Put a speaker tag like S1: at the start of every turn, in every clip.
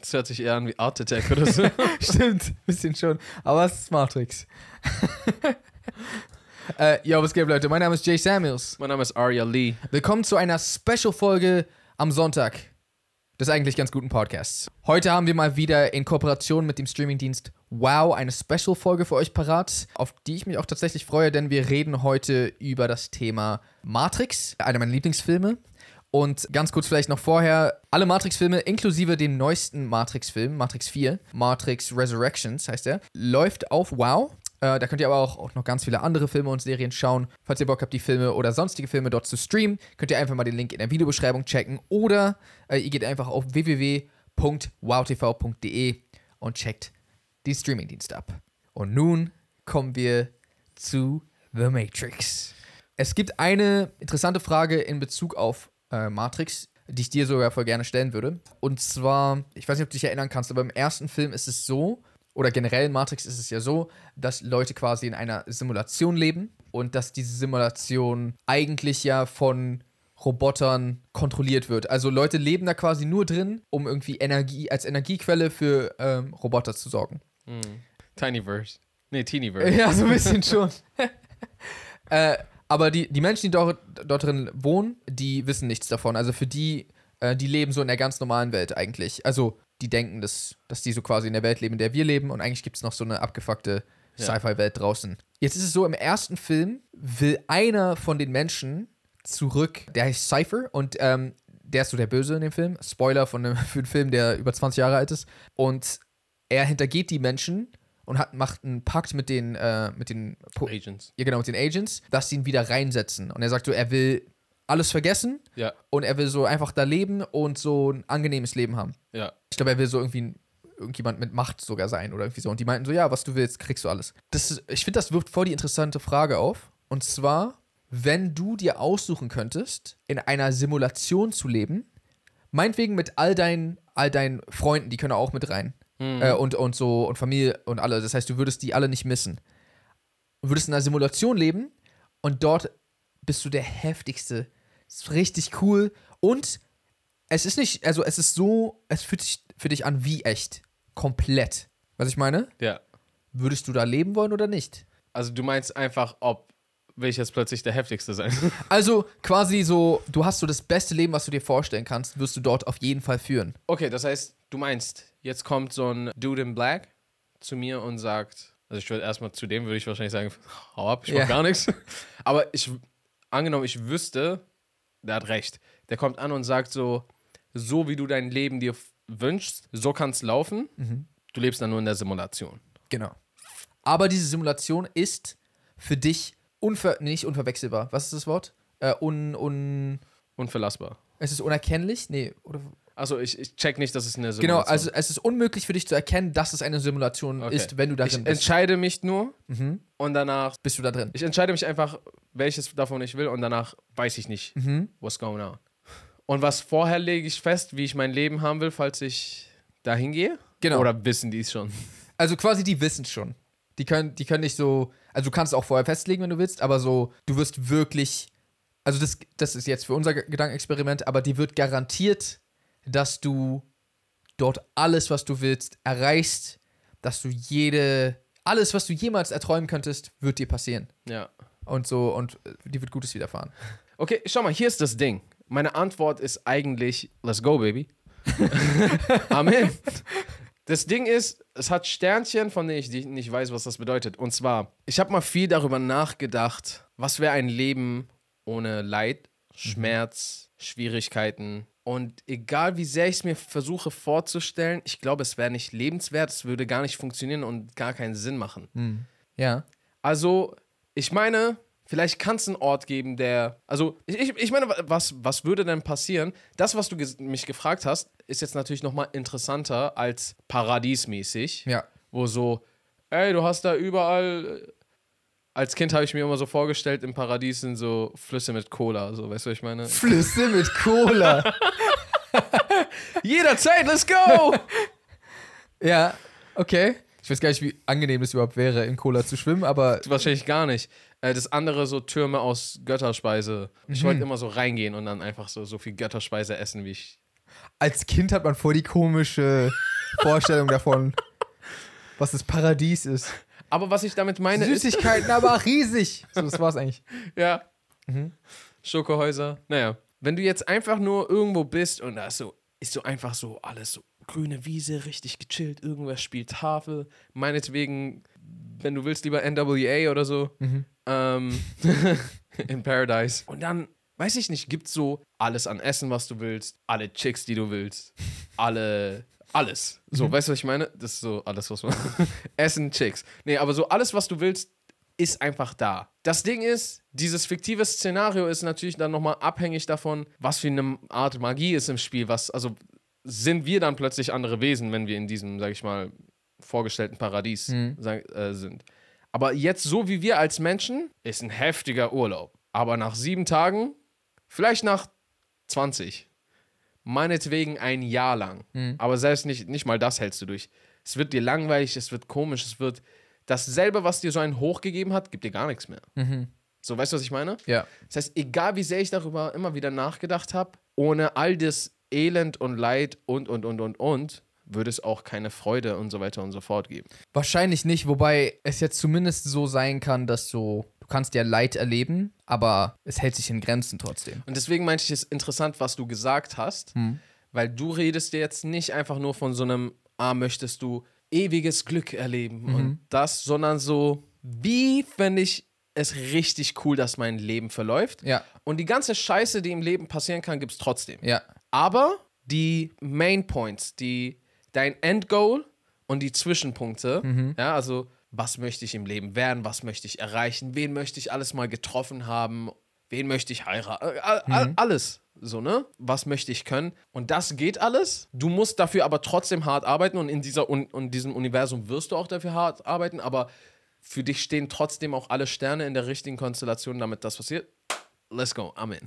S1: Das hört sich eher an wie Art Attack oder so.
S2: Stimmt, bisschen schon. Aber es ist Matrix. äh, yo, was geht, Leute? Mein Name ist Jay Samuels.
S1: mein Name ist Arya Lee.
S2: Willkommen zu einer Special-Folge am Sonntag des eigentlich ganz guten Podcasts. Heute haben wir mal wieder in Kooperation mit dem Streamingdienst Wow eine Special-Folge für euch parat, auf die ich mich auch tatsächlich freue, denn wir reden heute über das Thema Matrix, einer meiner Lieblingsfilme. Und ganz kurz vielleicht noch vorher, alle Matrix-Filme inklusive dem neuesten Matrix-Film, Matrix 4, Matrix Resurrections heißt er, läuft auf Wow. Äh, da könnt ihr aber auch, auch noch ganz viele andere Filme und Serien schauen. Falls ihr Bock habt, die Filme oder sonstige Filme dort zu streamen, könnt ihr einfach mal den Link in der Videobeschreibung checken oder äh, ihr geht einfach auf www.wowtv.de und checkt die Streamingdienste ab. Und nun kommen wir zu The Matrix. Es gibt eine interessante Frage in Bezug auf äh, Matrix, die ich dir sogar voll gerne stellen würde. Und zwar, ich weiß nicht, ob du dich erinnern kannst, aber im ersten Film ist es so, oder generell in Matrix ist es ja so, dass Leute quasi in einer Simulation leben und dass diese Simulation eigentlich ja von Robotern kontrolliert wird. Also Leute leben da quasi nur drin, um irgendwie Energie als Energiequelle für ähm, Roboter zu sorgen.
S1: Hm. Tinyverse. Nee, Teenyverse.
S2: Ja, so ein bisschen schon. äh, aber die, die Menschen, die dort, dort drin wohnen, die wissen nichts davon. Also für die, äh, die leben so in der ganz normalen Welt eigentlich. Also die denken, dass, dass die so quasi in der Welt leben, in der wir leben. Und eigentlich gibt es noch so eine abgefuckte
S1: Ja.
S2: Sci-Fi-Welt draußen. Jetzt ist es so, im ersten Film will einer von den Menschen zurück, der heißt Cypher und ähm, der ist so der Böse in dem Film. Spoiler von einem, für einen Film, der über 20 Jahre alt ist. Und er hintergeht die Menschen und hat, macht einen Pakt mit den, äh, mit den Pro-
S1: Agents.
S2: ja genau, mit den Agents, dass sie ihn wieder reinsetzen. Und er sagt so, er will alles vergessen
S1: Ja,
S2: und er will so einfach da leben und so ein angenehmes Leben haben.
S1: ja.
S2: Ich glaube, er will so irgendwie ein- irgendjemand mit Macht sogar sein oder irgendwie so. Und die meinten so, ja, was du willst, kriegst du alles. Das ist, ich finde, das wirft voll die interessante Frage auf. Und zwar, wenn du dir aussuchen könntest, in einer Simulation zu leben, meinetwegen mit all deinen, all deinen Freunden, die können auch mit rein. Äh, und, und so und Familie und alle. Das heißt, du würdest die alle nicht missen. Du würdest in einer Simulation leben und dort bist du der heftigste. Ist richtig cool. Und es ist nicht, also es ist so, es fühlt sich für dich an wie echt. Komplett. Was ich meine?
S1: Ja.
S2: Würdest du da leben wollen oder nicht?
S1: Also du meinst einfach, ob will ich jetzt plötzlich der heftigste sein?
S2: Also quasi so, du hast so das beste Leben, was du dir vorstellen kannst, wirst du dort auf jeden Fall führen.
S1: okay, das heißt, du meinst, jetzt kommt so ein Dude in Black zu mir und sagt, also ich würde erstmal zu dem würde ich wahrscheinlich sagen, hau ab, ich mach
S2: Ja.
S1: gar nichts. Aber ich angenommen, ich wüsste, der hat recht. Der kommt an und sagt so, so wie du dein Leben dir f- wünschst, so kann's laufen.
S2: Mhm.
S1: Du lebst dann nur in der Simulation.
S2: Genau. Aber diese Simulation ist für dich unver nee, nicht unverwechselbar. Was ist das Wort? Äh, un, un,
S1: Unverlassbar.
S2: es ist unerkennlich? Nee, oder
S1: Also ich, ich check nicht, dass es eine Simulation
S2: Genau, also es ist unmöglich für dich zu erkennen, dass es eine Simulation
S1: Okay.
S2: ist, wenn du
S1: ich
S2: darin bist. Mhm.
S1: entscheide mich nur und danach
S2: Bist du da drin?
S1: ich entscheide mich einfach, welches davon ich will und danach weiß ich nicht, what's going on. Und was vorher lege ich fest, wie ich mein Leben haben will, falls ich dahin gehe?
S2: Genau.
S1: Oder wissen die es schon?
S2: Also quasi, die wissen schon. Die können, die können nicht so, also du kannst auch vorher festlegen, wenn du willst, aber so, du wirst wirklich, also das, das ist jetzt für unser Ge- Gedankenexperiment, aber die wird garantiert, dass du dort alles, was du willst, erreichst, dass du jede, alles, was du jemals erträumen könntest, wird dir passieren.
S1: Ja.
S2: Und so, und äh, die wird Gutes widerfahren.
S1: Okay, schau mal, hier ist das Ding. Meine Antwort ist eigentlich, let's go, baby. Amen. Das Ding ist, es hat Sternchen, von denen ich die- nicht weiß, was das bedeutet. Und zwar, ich habe mal viel darüber nachgedacht, was wäre ein Leben ohne Leid, Schmerz, Schwierigkeiten. Und egal wie sehr ich es mir versuche vorzustellen, ich glaube, es wäre nicht lebenswert, es würde gar nicht funktionieren und gar keinen Sinn machen.
S2: Ja.
S1: Also, ich meine, vielleicht kann es einen Ort geben, der. Also, ich, ich ich meine, was, was würde denn passieren? Das, was du ges- mich gefragt hast, ist jetzt natürlich nochmal interessanter als paradiesmäßig,
S2: Ja.
S1: wo so, ey, du hast da überall. äh, Als Kind habe ich mir immer so vorgestellt, im Paradies sind so Flüsse mit Cola, so, weißt du, was ich meine?
S2: Flüsse mit Cola.
S1: Jederzeit, let's go!
S2: Ja, okay.
S1: Ich
S2: Ich weiß gar nicht, wie angenehm das überhaupt wäre, in Cola zu schwimmen, aber
S1: Wahrscheinlich gar nicht. Äh, das andere so Türme aus Götterspeise. Ich wollte immer so reingehen und dann einfach so, so viel Götterspeise essen, wie ich.
S2: als Kind hat man voll die komische Vorstellung davon, was das Paradies ist.
S1: Aber was ich damit meine ist.
S2: Süßigkeiten, aber riesig. So, das war's eigentlich.
S1: Ja. Schokohäuser. Naja. Wenn du jetzt einfach nur irgendwo bist und da ist so, ist so einfach so alles so grüne Wiese, richtig gechillt, irgendwer spielt Tafel. Meinetwegen, wenn du willst, lieber NWA oder so. Ähm, in Paradise. Und dann, weiß ich nicht, gibt's so alles an Essen, was du willst, alle Chicks, die du willst, alle. Alles. So, weißt du, was ich meine? Das ist so alles, was man. Essen, Chicks. Nee, aber so alles, was du willst, ist einfach da. Das Ding ist, dieses fiktive Szenario ist natürlich dann nochmal abhängig davon, was für eine Art Magie ist im Spiel. Was, also sind wir dann plötzlich andere Wesen, wenn wir in diesem, sag ich mal, vorgestellten Paradies sag, äh, sind. Aber jetzt, so wie wir als Menschen, ist ein heftiger Urlaub. Aber nach sieben Tagen, vielleicht nach 20, meinetwegen ein Jahr lang. Aber selbst nicht, nicht mal das hältst du durch. Es wird dir langweilig, es wird komisch, es wird dasselbe, was dir so ein Hoch gegeben hat, gibt dir gar nichts mehr. So, weißt du, was ich meine?
S2: Ja.
S1: Das heißt, egal wie sehr ich darüber immer wieder nachgedacht habe, ohne all das Elend und Leid und, und, und, und, und, würde es auch keine Freude und so weiter und so fort geben.
S2: Wahrscheinlich nicht, wobei es jetzt zumindest so sein kann, dass so, du kannst ja Leid erleben, aber es hält sich in Grenzen trotzdem.
S1: Und deswegen meinte ich es ist interessant, was du gesagt hast, weil du redest dir jetzt nicht einfach nur von so einem, ah, möchtest du ewiges Glück erleben und das, sondern so, wie fände ich es richtig cool, dass mein Leben verläuft.
S2: Ja.
S1: Und die ganze Scheiße, die im Leben passieren kann, gibt es trotzdem.
S2: Ja.
S1: Aber die Main Points, die, dein Endgoal und die Zwischenpunkte, ja, also was möchte ich im Leben werden, was möchte ich erreichen, wen möchte ich alles mal getroffen haben, wen möchte ich heiraten, äh, all- all- alles. So, ne? Was möchte ich können? Und das geht alles. Du musst dafür aber trotzdem hart arbeiten und in, dieser Un und diesem Universum wirst du auch dafür hart arbeiten, aber für dich stehen trotzdem auch alle Sterne in der richtigen Konstellation, damit das passiert. Let's go. Amen.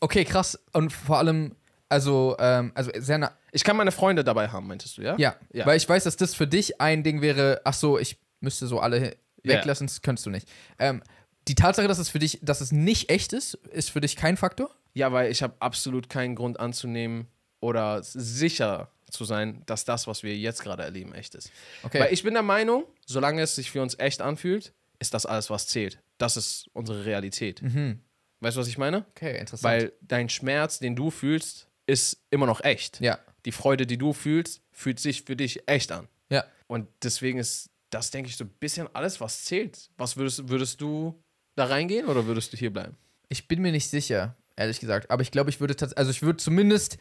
S2: Okay, krass. Und vor allem, also, ähm, also sehr nah.
S1: Ich kann meine Freunde dabei haben, meintest du, ja?
S2: Ja,
S1: ja.
S2: weil ich weiß, dass das für dich ein Ding wäre, ach so, ich müsste so alle
S1: Ja.
S2: weglassen, das könntest du nicht. Ähm, die Tatsache, dass es für dich, dass es nicht echt ist, ist für dich kein Faktor?
S1: Ja, weil ich habe absolut keinen Grund anzunehmen oder sicher zu sein, dass das, was wir jetzt gerade erleben, echt ist.
S2: Okay.
S1: Weil ich bin der Meinung, solange es sich für uns echt anfühlt, ist das alles, was zählt. Das ist unsere Realität.
S2: Mhm.
S1: Weißt du, was ich meine?
S2: Okay, interessant.
S1: Weil dein Schmerz, den du fühlst, ist immer noch echt.
S2: ja,
S1: Die Freude, die du fühlst, fühlt sich für dich echt an.
S2: ja.
S1: Und deswegen ist das, denke ich, so ein bisschen alles, was zählt. Was würdest, würdest du da reingehen oder würdest du hier bleiben?
S2: Ich bin mir nicht sicher, ehrlich gesagt. Aber ich glaube, ich würde tatsächlich, also ich würde zumindest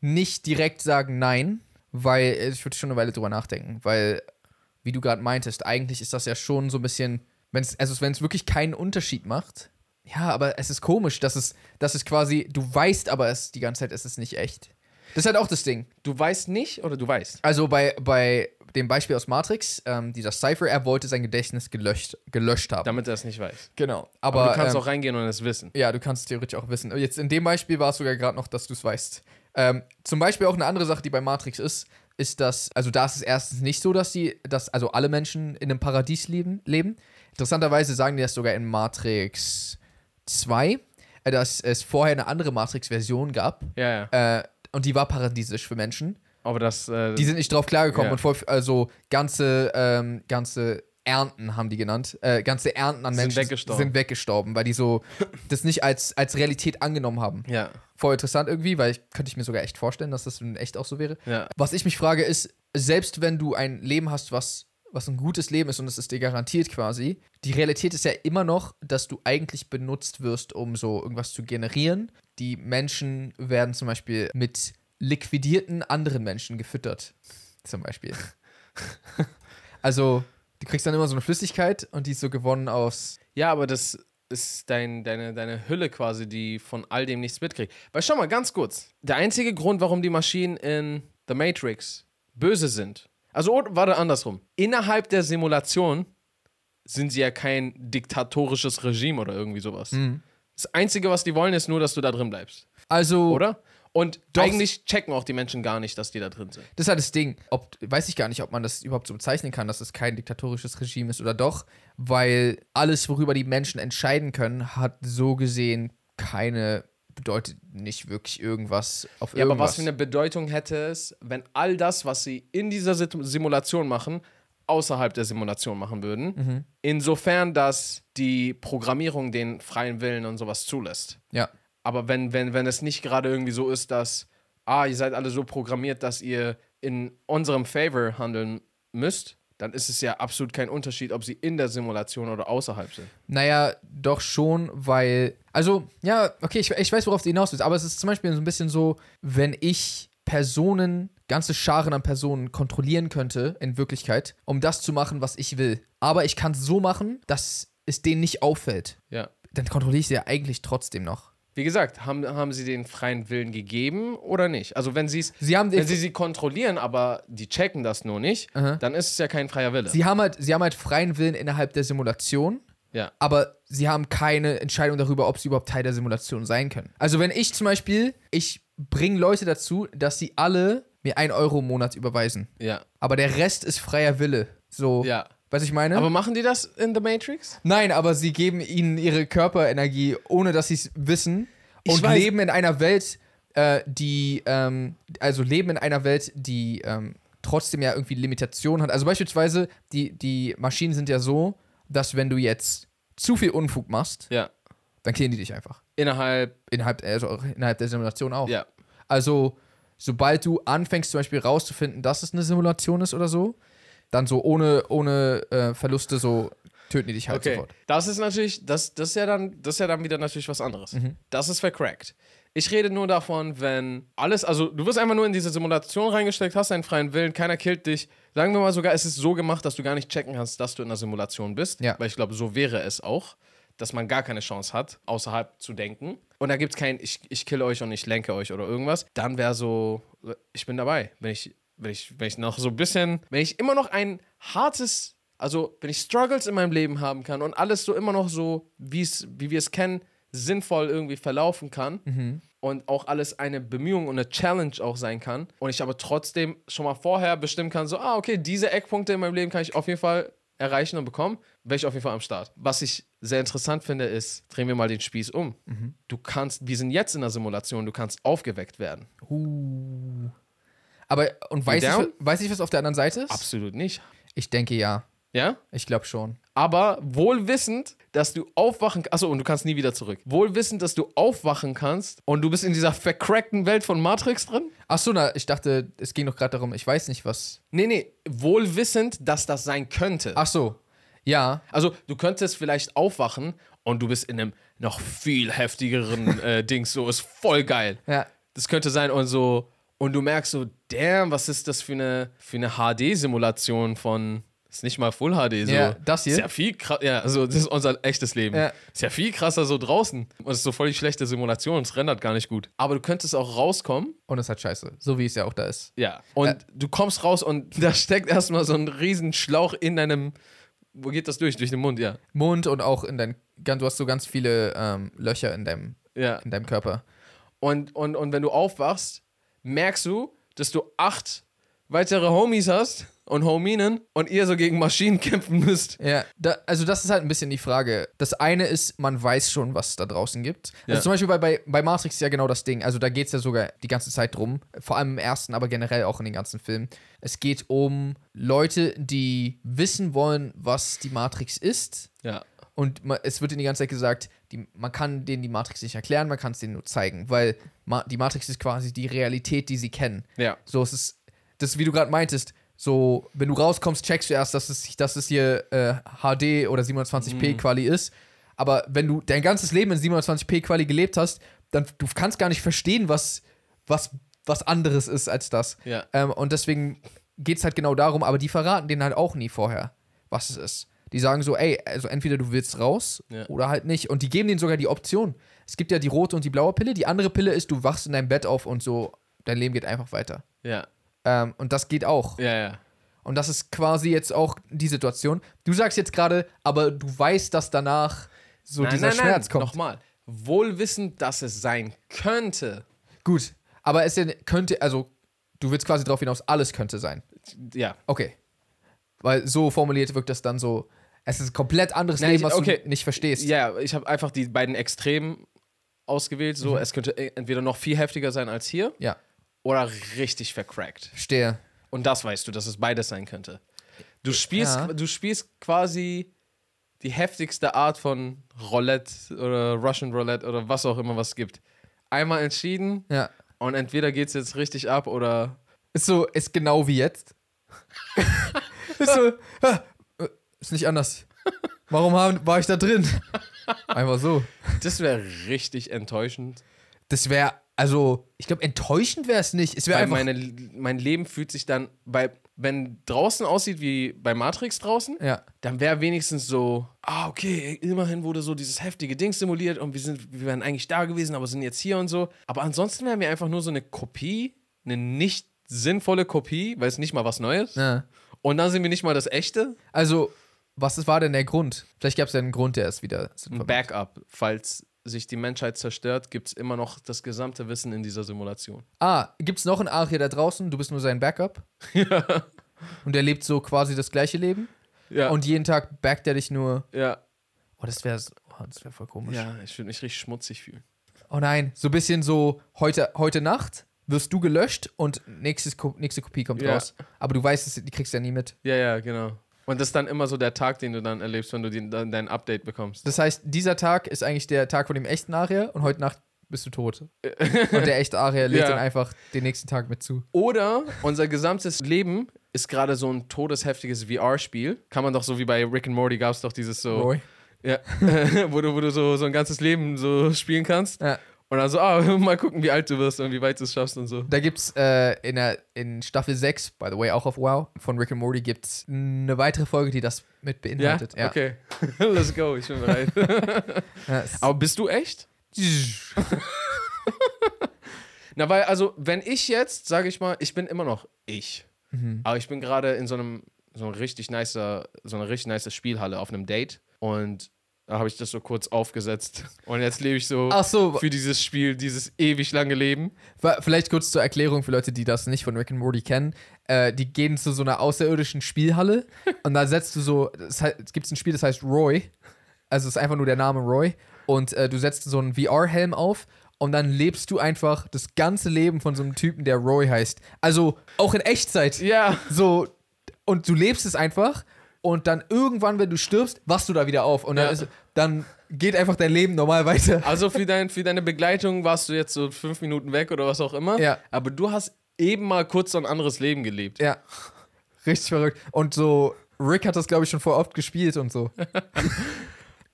S2: nicht direkt sagen nein, weil äh, ich würde schon eine Weile drüber nachdenken, weil, wie du gerade meintest, eigentlich ist das ja schon so ein bisschen, wenn es, also wenn es wirklich keinen Unterschied macht, ja, aber es ist komisch, dass es, dass es quasi, du weißt aber es die ganze Zeit, es ist nicht echt. Das ist halt auch das Ding.
S1: Du weißt nicht oder du weißt?
S2: Also bei, bei dem Beispiel aus Matrix, ähm, dieser Cypher, er wollte sein Gedächtnis gelöscht, gelöscht haben.
S1: Damit er es nicht weiß.
S2: genau.
S1: Aber,
S2: Aber,
S1: du kannst
S2: ähm,
S1: auch reingehen und es wissen.
S2: Ja, du kannst theoretisch auch wissen. Jetzt in dem Beispiel war es sogar gerade noch, dass du es weißt. Ähm, zum Beispiel auch eine andere Sache, die bei Matrix ist, ist, dass, also da ist es erstens nicht so, dass die, dass also alle Menschen in einem Paradies leben. leben. Interessanterweise sagen die das sogar in Matrix 2, äh, dass es vorher eine andere Matrix-Version gab.
S1: Ja, ja.
S2: Äh, und die war paradiesisch für Menschen.
S1: Aber das. Äh,
S2: Die sind nicht drauf klargekommen
S1: Ja.
S2: und voll, also ganze, ähm, ganze Ernten haben die genannt. Äh, ganze Ernten an
S1: Sind
S2: Menschen
S1: weggestorben.
S2: sind weggestorben, weil die so das nicht als, als Realität angenommen haben.
S1: ja.
S2: Voll interessant irgendwie, weil ich könnte ich mir sogar echt vorstellen, dass das in echt auch so wäre.
S1: Ja.
S2: Was ich mich frage ist, selbst wenn du ein Leben hast, was, was ein gutes Leben ist und es ist dir garantiert quasi, die Realität ist ja immer noch, dass du eigentlich benutzt wirst, um so irgendwas zu generieren. Die Menschen werden zum Beispiel mit liquidierten anderen Menschen gefüttert. Zum Beispiel. also, du kriegst dann immer so eine Flüssigkeit und die ist so gewonnen aus.
S1: ja, aber das ist dein, deine, deine Hülle quasi, die von all dem nichts mitkriegt. Weil schau mal, ganz kurz. Der einzige Grund, warum die Maschinen in The Matrix böse sind. Also, oder- warte, andersrum. Innerhalb der Simulation sind sie ja kein diktatorisches Regime oder irgendwie sowas. Das Einzige, was die wollen, ist nur, dass du da drin bleibst.
S2: Also,
S1: Oder? Und
S2: Doch.
S1: eigentlich checken auch die Menschen gar nicht, dass die da drin sind.
S2: Das ist halt das Ding. Ob, weiß ich gar nicht, ob man das überhaupt so bezeichnen kann, dass es kein diktatorisches Regime ist oder doch, weil alles, worüber die Menschen entscheiden können, hat so gesehen keine, bedeutet nicht wirklich irgendwas auf
S1: Ja, aber was
S2: irgendwas.
S1: für eine Bedeutung hätte es, wenn all das, was sie in dieser Sit- Simulation machen, außerhalb der Simulation machen würden, insofern, dass die Programmierung den freien Willen und sowas zulässt.
S2: ja.
S1: Aber wenn, wenn, wenn es nicht gerade irgendwie so ist, dass, ah, ihr seid alle so programmiert, dass ihr in unserem Favor handeln müsst, dann ist es ja absolut kein Unterschied, ob sie in der Simulation oder außerhalb sind.
S2: Naja, doch schon, weil. Also, ja, okay, ich, ich weiß, worauf du hinaus willst, aber es ist zum Beispiel so ein bisschen so, wenn ich Personen, ganze Scharen an Personen kontrollieren könnte, in Wirklichkeit, um das zu machen, was ich will. Aber ich kann es so machen, dass es denen nicht auffällt.
S1: Ja.
S2: Dann kontrolliere ich sie ja eigentlich trotzdem noch.
S1: Wie gesagt, haben, haben sie den freien Willen gegeben oder nicht? Also wenn sie es
S2: Sie haben,
S1: Wenn sie sie kontrollieren, aber die checken das nur nicht,
S2: Aha.
S1: dann ist es ja kein freier Wille.
S2: sie, haben halt, sie haben halt freien Willen innerhalb der Simulation.
S1: ja.
S2: aber sie haben keine Entscheidung darüber, ob sie überhaupt Teil der Simulation sein können. Also wenn ich zum Beispiel, ich bringe Leute dazu, dass sie alle mir 1 Euro im Monat überweisen.
S1: Ja.
S2: Aber der Rest ist freier Wille. So,
S1: Ja.
S2: was ich meine?
S1: Aber machen die das in The Matrix?
S2: Nein, aber sie geben ihnen ihre Körperenergie, ohne dass sie es wissen.
S1: Ich
S2: Und
S1: weiß-
S2: leben in einer Welt, äh, die, ähm, also leben in einer Welt, die ähm, trotzdem ja irgendwie Limitationen hat. Also beispielsweise, die, die Maschinen sind ja so, dass wenn du jetzt zu viel Unfug machst,
S1: Ja.
S2: dann killen die dich einfach.
S1: Innerhalb,
S2: Innerhalb, also auch innerhalb der Simulation auch.
S1: ja.
S2: Also, sobald du anfängst, zum Beispiel rauszufinden, dass es eine Simulation ist oder so, dann so ohne, ohne äh, Verluste so töten die dich halt
S1: Okay.
S2: sofort.
S1: Das ist natürlich, das, das, ist ja dann, das ist ja dann wieder natürlich was anderes. Das ist vercrackt. Ich rede nur davon, wenn alles, also du wirst einfach nur in diese Simulation reingesteckt, hast deinen freien Willen, keiner killt dich. Sagen wir mal sogar, es ist so gemacht, dass du gar nicht checken kannst, dass du in einer Simulation bist.
S2: Ja.
S1: Weil ich glaube, so wäre es auch, dass man gar keine Chance hat, außerhalb zu denken. Und da gibt es kein, ich, ich kill euch und ich lenke euch oder irgendwas. Dann wäre so, ich bin dabei. Wenn ich, wenn ich, wenn ich noch so ein bisschen, wenn ich immer noch ein hartes, also wenn ich Struggles in meinem Leben haben kann und alles so immer noch so, wie's, wie wir es kennen, sinnvoll irgendwie verlaufen kann und auch alles eine Bemühung und eine Challenge auch sein kann und ich aber trotzdem schon mal vorher bestimmen kann, so, ah, okay, diese Eckpunkte in meinem Leben kann ich auf jeden Fall erreichen und bekommen, wäre ich auf jeden Fall am Start. Was ich sehr interessant finde, ist, drehen wir mal den Spieß um. Du kannst, wir sind jetzt in der Simulation, du kannst aufgeweckt werden.
S2: Aber, und weiß ich,
S1: down?
S2: weiß ich, was auf der anderen Seite ist?
S1: Absolut nicht.
S2: Ich denke ja.
S1: Ja?
S2: Ich glaube schon.
S1: aber wohlwissend, dass du aufwachen kannst. Achso, und du kannst nie wieder zurück. Wohlwissend, dass du aufwachen kannst und du bist in dieser vercrackten Welt von Matrix drin.
S2: Achso, na, ich dachte, es ging doch gerade darum, ich weiß nicht, was.
S1: Nee, nee, wohlwissend, dass das sein könnte.
S2: Ach so. Ja,
S1: Also, du könntest vielleicht aufwachen und du bist in einem noch viel heftigeren äh, Dings. So ist voll geil.
S2: ja.
S1: Das könnte sein und so. Und du merkst so, damn, was ist das für eine, für eine HD-Simulation von. Ist nicht mal Full HD so.
S2: Ja, das hier?
S1: Ist ja viel krasser. Ja, also das ist unser echtes Leben.
S2: Ja.
S1: Ist ja viel krasser so draußen. Und es ist so voll die schlechte Simulation. Es rendert gar nicht gut. Aber du könntest auch rauskommen.
S2: Und es hat scheiße. So wie es ja auch da ist.
S1: Ja. Und
S2: Ä-
S1: du kommst raus und da steckt erstmal so ein riesen Schlauch in deinem. Wo geht das durch? Durch den Mund, ja.
S2: Mund und auch in dein. Du hast so ganz viele ähm, Löcher in deinem,
S1: Ja.
S2: in deinem Körper.
S1: Und, und, und wenn du aufwachst, merkst du, dass du acht weitere Homies hast und Hominen und ihr so gegen Maschinen kämpfen müsst.
S2: Ja, da, also das ist halt ein bisschen die Frage. Das eine ist, man weiß schon, was es da draußen gibt. Also
S1: Ja.
S2: zum Beispiel bei, bei, bei Matrix ist ja genau das Ding. Also da geht es ja sogar die ganze Zeit drum. Vor allem im ersten, aber generell auch in den ganzen Filmen. Es geht um Leute, die wissen wollen, was die Matrix ist.
S1: Ja.
S2: Und ma- es wird ihnen die ganze Zeit gesagt, die, man kann denen die Matrix nicht erklären, man kann es denen nur zeigen. Weil Ma die Matrix ist quasi die Realität, die sie kennen.
S1: Ja.
S2: So, es ist, das, wie du gerade meintest, so, wenn du rauskommst, checkst du erst, dass es, dass es hier äh, HD oder 27p Quali ist. Aber wenn du dein ganzes Leben in 27p Quali gelebt hast, dann du kannst gar nicht verstehen, was, was, was anderes ist als das.
S1: Ja.
S2: Ähm, und deswegen geht es halt genau darum, aber die verraten denen halt auch nie vorher, was es ist. Die sagen so, ey, also entweder du willst raus
S1: Ja.
S2: oder halt nicht. Und die geben denen sogar die Option. Es gibt ja die rote und die blaue Pille. Die andere Pille ist, du wachst in deinem Bett auf und so, dein Leben geht einfach weiter.
S1: Ja.
S2: Ähm, und das geht auch.
S1: Ja, ja.
S2: Und das ist quasi jetzt auch die Situation. Du sagst jetzt gerade, aber du weißt, dass danach so dieser Schmerz kommt.
S1: Nochmal. Wohlwissend, dass es sein könnte.
S2: Gut. Aber es denn- könnte, also du willst quasi darauf hinaus, alles könnte sein.
S1: Ja.
S2: Okay. Weil so formuliert wirkt das dann so, es ist ein komplett anderes
S1: Nein,
S2: Leben,
S1: ich-
S2: was
S1: okay.
S2: du nicht verstehst.
S1: Ja, ich habe einfach die beiden Extremen ausgewählt. So,
S2: Mhm.
S1: es könnte e-, entweder noch viel heftiger sein als hier
S2: Ja,
S1: oder richtig vercrackt.
S2: verstehe.
S1: Und das weißt du, dass es beides sein könnte. Du spielst,
S2: Ja.
S1: du spielst quasi die heftigste Art von Roulette oder Russian Roulette oder was auch immer was gibt. Einmal entschieden
S2: Ja.
S1: und entweder geht's jetzt richtig ab oder
S2: Ist so, ist genau wie jetzt. ist so, ah, äh, ist nicht anders. Warum haben, war ich da drin? Einfach so.
S1: das wäre richtig enttäuschend.
S2: Das wäre, also, ich glaube, enttäuschend wäre es nicht. Es wäre
S1: Weil
S2: einfach.
S1: meine, mein Leben fühlt sich dann bei wenn draußen aussieht wie bei Matrix draußen,
S2: ja.
S1: dann wäre wenigstens so, ah, okay, immerhin wurde so dieses heftige Ding simuliert und wir sind, wir wären eigentlich da gewesen, aber sind jetzt hier und so. Aber ansonsten wären wir einfach nur so eine Kopie, eine nicht sinnvolle Kopie, weil es nicht mal was Neues.
S2: ja.
S1: Und dann sind wir nicht mal das echte.
S2: Also, was war denn der Grund? Vielleicht gab es ja einen Grund, der es wieder.
S1: Ein Backup. Falls sich die Menschheit zerstört, gibt es immer noch das gesamte Wissen in dieser Simulation.
S2: Ah, gibt's noch einen Arche da draußen? Du bist nur sein Backup. Und er lebt so quasi das gleiche Leben.
S1: Ja.
S2: Und jeden Tag backt er dich nur.
S1: ja.
S2: Oh, das wäre oh, das wär voll komisch.
S1: Ja, ich würde mich richtig schmutzig fühlen.
S2: Oh nein, so ein bisschen so heute, heute Nacht wirst du gelöscht und nächstes, Ko- nächste Kopie kommt
S1: Ja.
S2: raus. Aber du weißt es, die kriegst du ja nie mit.
S1: Ja, ja, genau. Und das ist dann immer so der Tag, den du dann erlebst, wenn du den, dann dein Update bekommst.
S2: Das heißt, dieser Tag ist eigentlich der Tag von dem echten Aria und heute Nacht bist du tot. Und der echte Aria lädt
S1: Ja.
S2: dann einfach den nächsten Tag mit zu.
S1: Oder unser gesamtes Leben ist gerade so ein todesheftiges VR-Spiel. Kann man doch so wie bei Rick and Morty gab es doch dieses so,
S2: Roy.
S1: Ja, wo du, wo du so, so ein ganzes Leben so spielen kannst.
S2: Ja.
S1: Und dann so, ah, mal gucken, wie alt du wirst und wie weit du es schaffst und so.
S2: Da gibt's äh, in, der, in Staffel 6, by the way, auch auf Wow, von Rick and Morty gibt's eine weitere Folge, die das mit
S1: Ja?
S2: beinhaltet.
S1: Okay. Let's go, ich bin bereit.
S2: Ja, es-
S1: Aber bist du echt? Na, weil, also, wenn ich jetzt, sage ich mal, ich bin immer noch ich.
S2: Mhm.
S1: Aber ich bin gerade in so einem, so einem richtig nicer, so einer richtig nicer Spielhalle auf einem Date. Und da habe ich das so kurz aufgesetzt. Und jetzt lebe ich so
S2: Ach so,
S1: für dieses Spiel, dieses ewig lange Leben.
S2: Wa- Vielleicht kurz zur Erklärung für Leute, die das nicht von Rick and Morty kennen. Äh, die gehen zu so einer außerirdischen Spielhalle und da setzt du so, es hei- es gibt ein Spiel, das heißt Roy. Also es ist einfach nur der Name Roy. Und äh, du setzt so einen VR-Helm auf und dann lebst du einfach das ganze Leben von so einem Typen, der Roy heißt. Also auch in Echtzeit.
S1: Ja.
S2: So, und du lebst es einfach und dann irgendwann, wenn du stirbst, wachst du da wieder auf und dann,
S1: Ja.
S2: ist, dann geht einfach dein Leben normal weiter.
S1: Also für, dein, für deine Begleitung warst du jetzt so fünf Minuten weg oder was auch immer.
S2: Ja.
S1: Aber du hast eben mal kurz so ein anderes Leben gelebt.
S2: Ja. Richtig verrückt. Und so, Rick hat das, glaube ich, schon vor oft gespielt und so.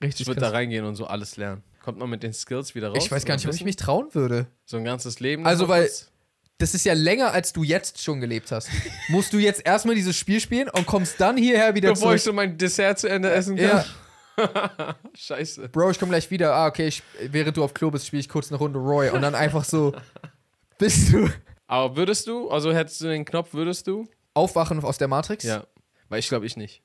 S2: Richtig
S1: Ich würde da
S2: krass.
S1: reingehen und so alles lernen. Kommt man mit den Skills wieder raus?
S2: Ich weiß gar nicht,
S1: So ein
S2: ob ich
S1: bisschen?
S2: mich trauen würde.
S1: So ein ganzes Leben.
S2: Also,
S1: noch
S2: weil-
S1: kurz?
S2: Das ist ja länger, als du jetzt schon gelebt hast. Musst du jetzt erstmal dieses Spiel spielen und kommst dann hierher wieder
S1: Bevor ich so
S2: zurück.
S1: mein Dessert zu Ende essen kann.
S2: ja,
S1: Scheiße.
S2: Bro, ich komme gleich wieder. Ah, okay, ich, während du auf Klo bist, spiele ich kurz eine Runde Roy. Und dann einfach so, bist du
S1: Aber würdest du, also hättest du den Knopf, würdest du?
S2: aufwachen aus der Matrix?
S1: Ja. Weil ich glaube, ich nicht.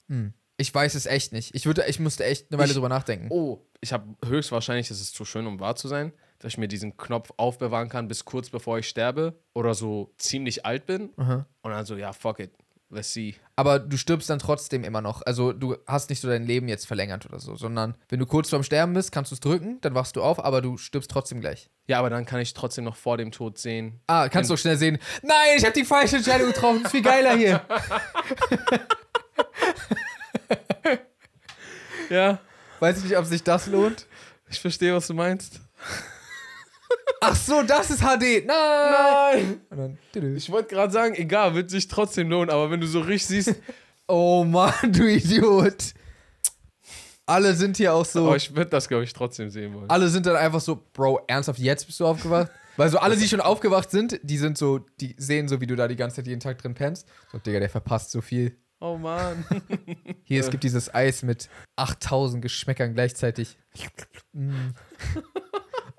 S2: Ich weiß es echt nicht. Ich, würde, ich musste echt eine Weile
S1: Ich-
S2: drüber nachdenken.
S1: Oh, ich habe höchstwahrscheinlich, es ist zu schön, um wahr zu sein, dass ich mir diesen Knopf aufbewahren kann, bis kurz bevor ich sterbe oder so ziemlich alt bin. Und dann so, ja, fuck it, let's see.
S2: Aber du stirbst dann trotzdem immer noch. Also du hast nicht so dein Leben jetzt verlängert oder so, sondern wenn du kurz vorm Sterben bist, kannst du es drücken, dann wachst du auf, aber du stirbst trotzdem gleich.
S1: Ja, aber dann kann ich trotzdem noch vor dem Tod sehen.
S2: Ah, kannst du auch schnell sehen. Nein, ich habe die falsche Entscheidung getroffen. Ist viel geiler hier.
S1: Ja,
S2: Weiß ich nicht, ob sich das lohnt.
S1: ich verstehe, was du meinst.
S2: Ach so, das ist HD. Nein.
S1: Nein!
S2: Und dann, tüdü.
S1: Ich wollte gerade sagen, egal, wird sich trotzdem lohnen, aber wenn du so richtig siehst,
S2: oh Mann, du Idiot. Alle sind hier auch so.
S1: aber ich würde das, glaube ich, trotzdem sehen wollen.
S2: alle sind dann einfach so, Bro, ernsthaft, jetzt bist du aufgewacht? Weil so alle, die schon aufgewacht sind, die sind so, die sehen so, wie du da die ganze Zeit jeden Tag drin pennst. So, Digga, der verpasst so viel.
S1: Oh Mann.
S2: Hier, es gibt dieses Eis mit 8000 Geschmäckern gleichzeitig. Mm.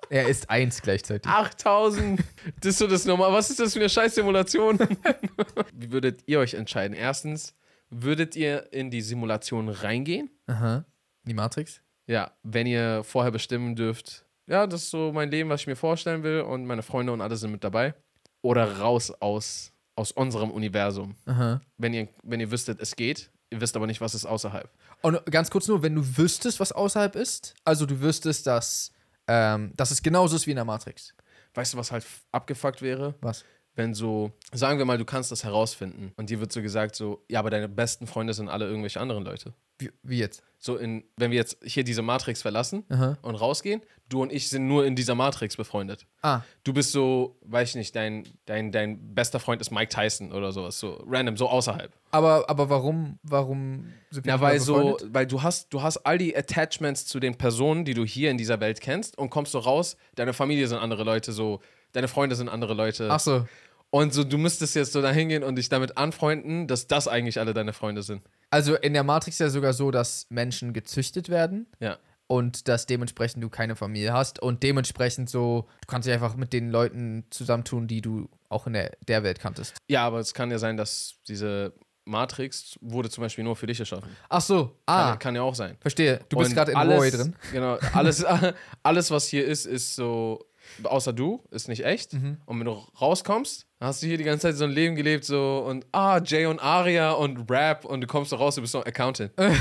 S2: er isst eins
S1: Ah.
S2: gleichzeitig.
S1: 8000. Das ist so das Normal. Was ist das für eine Scheiß-Simulation? Wie würdet ihr euch entscheiden? Erstens, würdet ihr in die Simulation reingehen?
S2: Aha. Die Matrix?
S1: Ja, wenn ihr vorher bestimmen dürft. Ja, das ist so mein Leben, was ich mir vorstellen will und meine Freunde und alle sind mit dabei. oder raus aus, aus unserem Universum.
S2: Aha.
S1: Wenn ihr, wenn ihr wüsstet, es geht, ihr wisst aber nicht, was ist außerhalb.
S2: Und ganz kurz nur, wenn du wüsstest, was außerhalb ist, also du wüsstest, dass, ähm, dass es genauso ist wie in der Matrix.
S1: Weißt du, was halt f- abgefuckt wäre?
S2: Was?
S1: Wenn so, sagen wir mal, du kannst das herausfinden und dir wird so gesagt, so, ja, aber deine besten Freunde sind alle irgendwelche anderen Leute.
S2: Wie, wie jetzt?
S1: So in, wenn wir jetzt hier diese Matrix verlassen
S2: Aha.
S1: und rausgehen, du und ich sind nur in dieser Matrix befreundet.
S2: Ah,
S1: Du bist so, weiß ich nicht, dein, dein, dein bester Freund ist Mike Tyson oder sowas, so random, so außerhalb.
S2: aber, aber warum, warum sind
S1: Ja,
S2: nicht
S1: weil
S2: mal
S1: so,
S2: befreundet?
S1: weil du hast, du hast all die Attachments zu den Personen, die du hier in dieser Welt kennst und kommst so raus, deine Familie sind andere Leute, so, deine Freunde sind andere Leute.
S2: Ach so.
S1: Und so, du müsstest jetzt so dahin gehen und dich damit anfreunden, dass das eigentlich alle deine Freunde sind.
S2: Also in der Matrix ist ja sogar so, dass Menschen gezüchtet werden
S1: Ja.
S2: und dass dementsprechend du keine Familie hast und dementsprechend so, du kannst dich einfach mit den Leuten zusammentun, die du auch in der, der Welt kanntest.
S1: Ja, aber es kann ja sein, dass diese Matrix wurde zum Beispiel nur für dich erschaffen.
S2: Ach so,
S1: Kann,
S2: ah,
S1: kann ja auch sein.
S2: verstehe. Du bist
S1: Und
S2: gerade in
S1: alles-
S2: Roy drin.
S1: Genau, alles, alles, was hier ist, ist so, außer du, ist nicht echt.
S2: Mhm.
S1: Und wenn du rauskommst, dann hast du hier die ganze Zeit so ein Leben gelebt, so und ah, Jay und Aria und Rap und du kommst so raus, du bist so ein Accountant.
S2: Äh.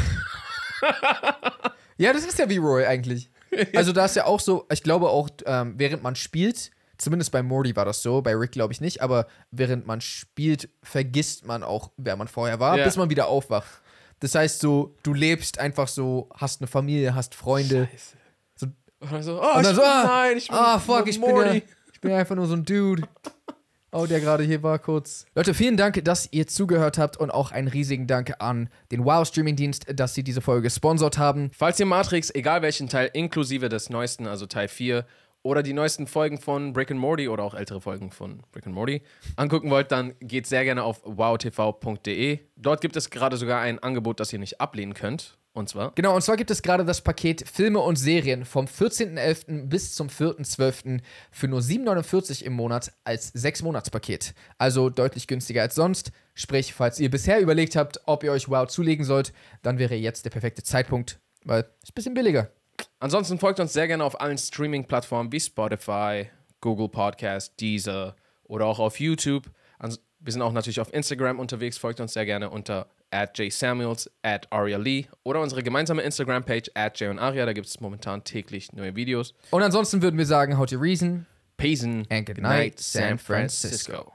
S2: Ja, das ist ja wie Roy eigentlich. Also da ist ja auch so, ich glaube auch, ähm, während man spielt, zumindest bei Morty war das so, bei Rick glaube ich nicht, aber während man spielt, vergisst man auch, wer man vorher war,
S1: Ja.
S2: bis man wieder aufwacht. Das heißt so, du lebst einfach so, hast eine Familie, hast Freunde.
S1: Und dann so, oh, ich
S2: dann so,
S1: bin,
S2: ah,
S1: nein, ich bin
S2: Ah, fuck, ich bin, ja,
S1: Morty.
S2: ich bin ja einfach nur so ein Dude. Oh, der gerade hier war kurz. Leute, vielen Dank, dass ihr zugehört habt und auch einen riesigen Dank an den Wow-Streaming-Dienst, dass sie diese Folge gesponsert haben.
S1: Falls ihr Matrix, egal welchen Teil, inklusive des neuesten, also Teil 4, oder die neuesten Folgen von Brick and Morty oder auch ältere Folgen von Brick and Morty angucken wollt, dann geht sehr gerne auf wowtv.de. Dort gibt es gerade sogar ein Angebot, das ihr nicht ablehnen könnt. Und zwar
S2: Genau, und zwar gibt es gerade das Paket Filme und Serien vom 14.11. bis zum 4.12. für nur 7,49 im Monat als 6-Monats-Paket. Also deutlich günstiger als sonst. Sprich, falls ihr bisher überlegt habt, ob ihr euch Wow zulegen sollt, dann wäre jetzt der perfekte Zeitpunkt, weil es ist ein bisschen billiger.
S1: Ansonsten folgt uns sehr gerne auf allen Streaming-Plattformen wie Spotify, Google Podcast, Deezer oder auch auf YouTube. Ans wir sind auch natürlich auf Instagram unterwegs. Folgt uns sehr gerne unter @jsamuels, @arialee oder unsere gemeinsame Instagram-Page @jay und Aria. Da gibt es momentan täglich neue Videos.
S2: Und ansonsten würden wir sagen, how to reason.
S1: Peace and
S2: And good night, San Francisco.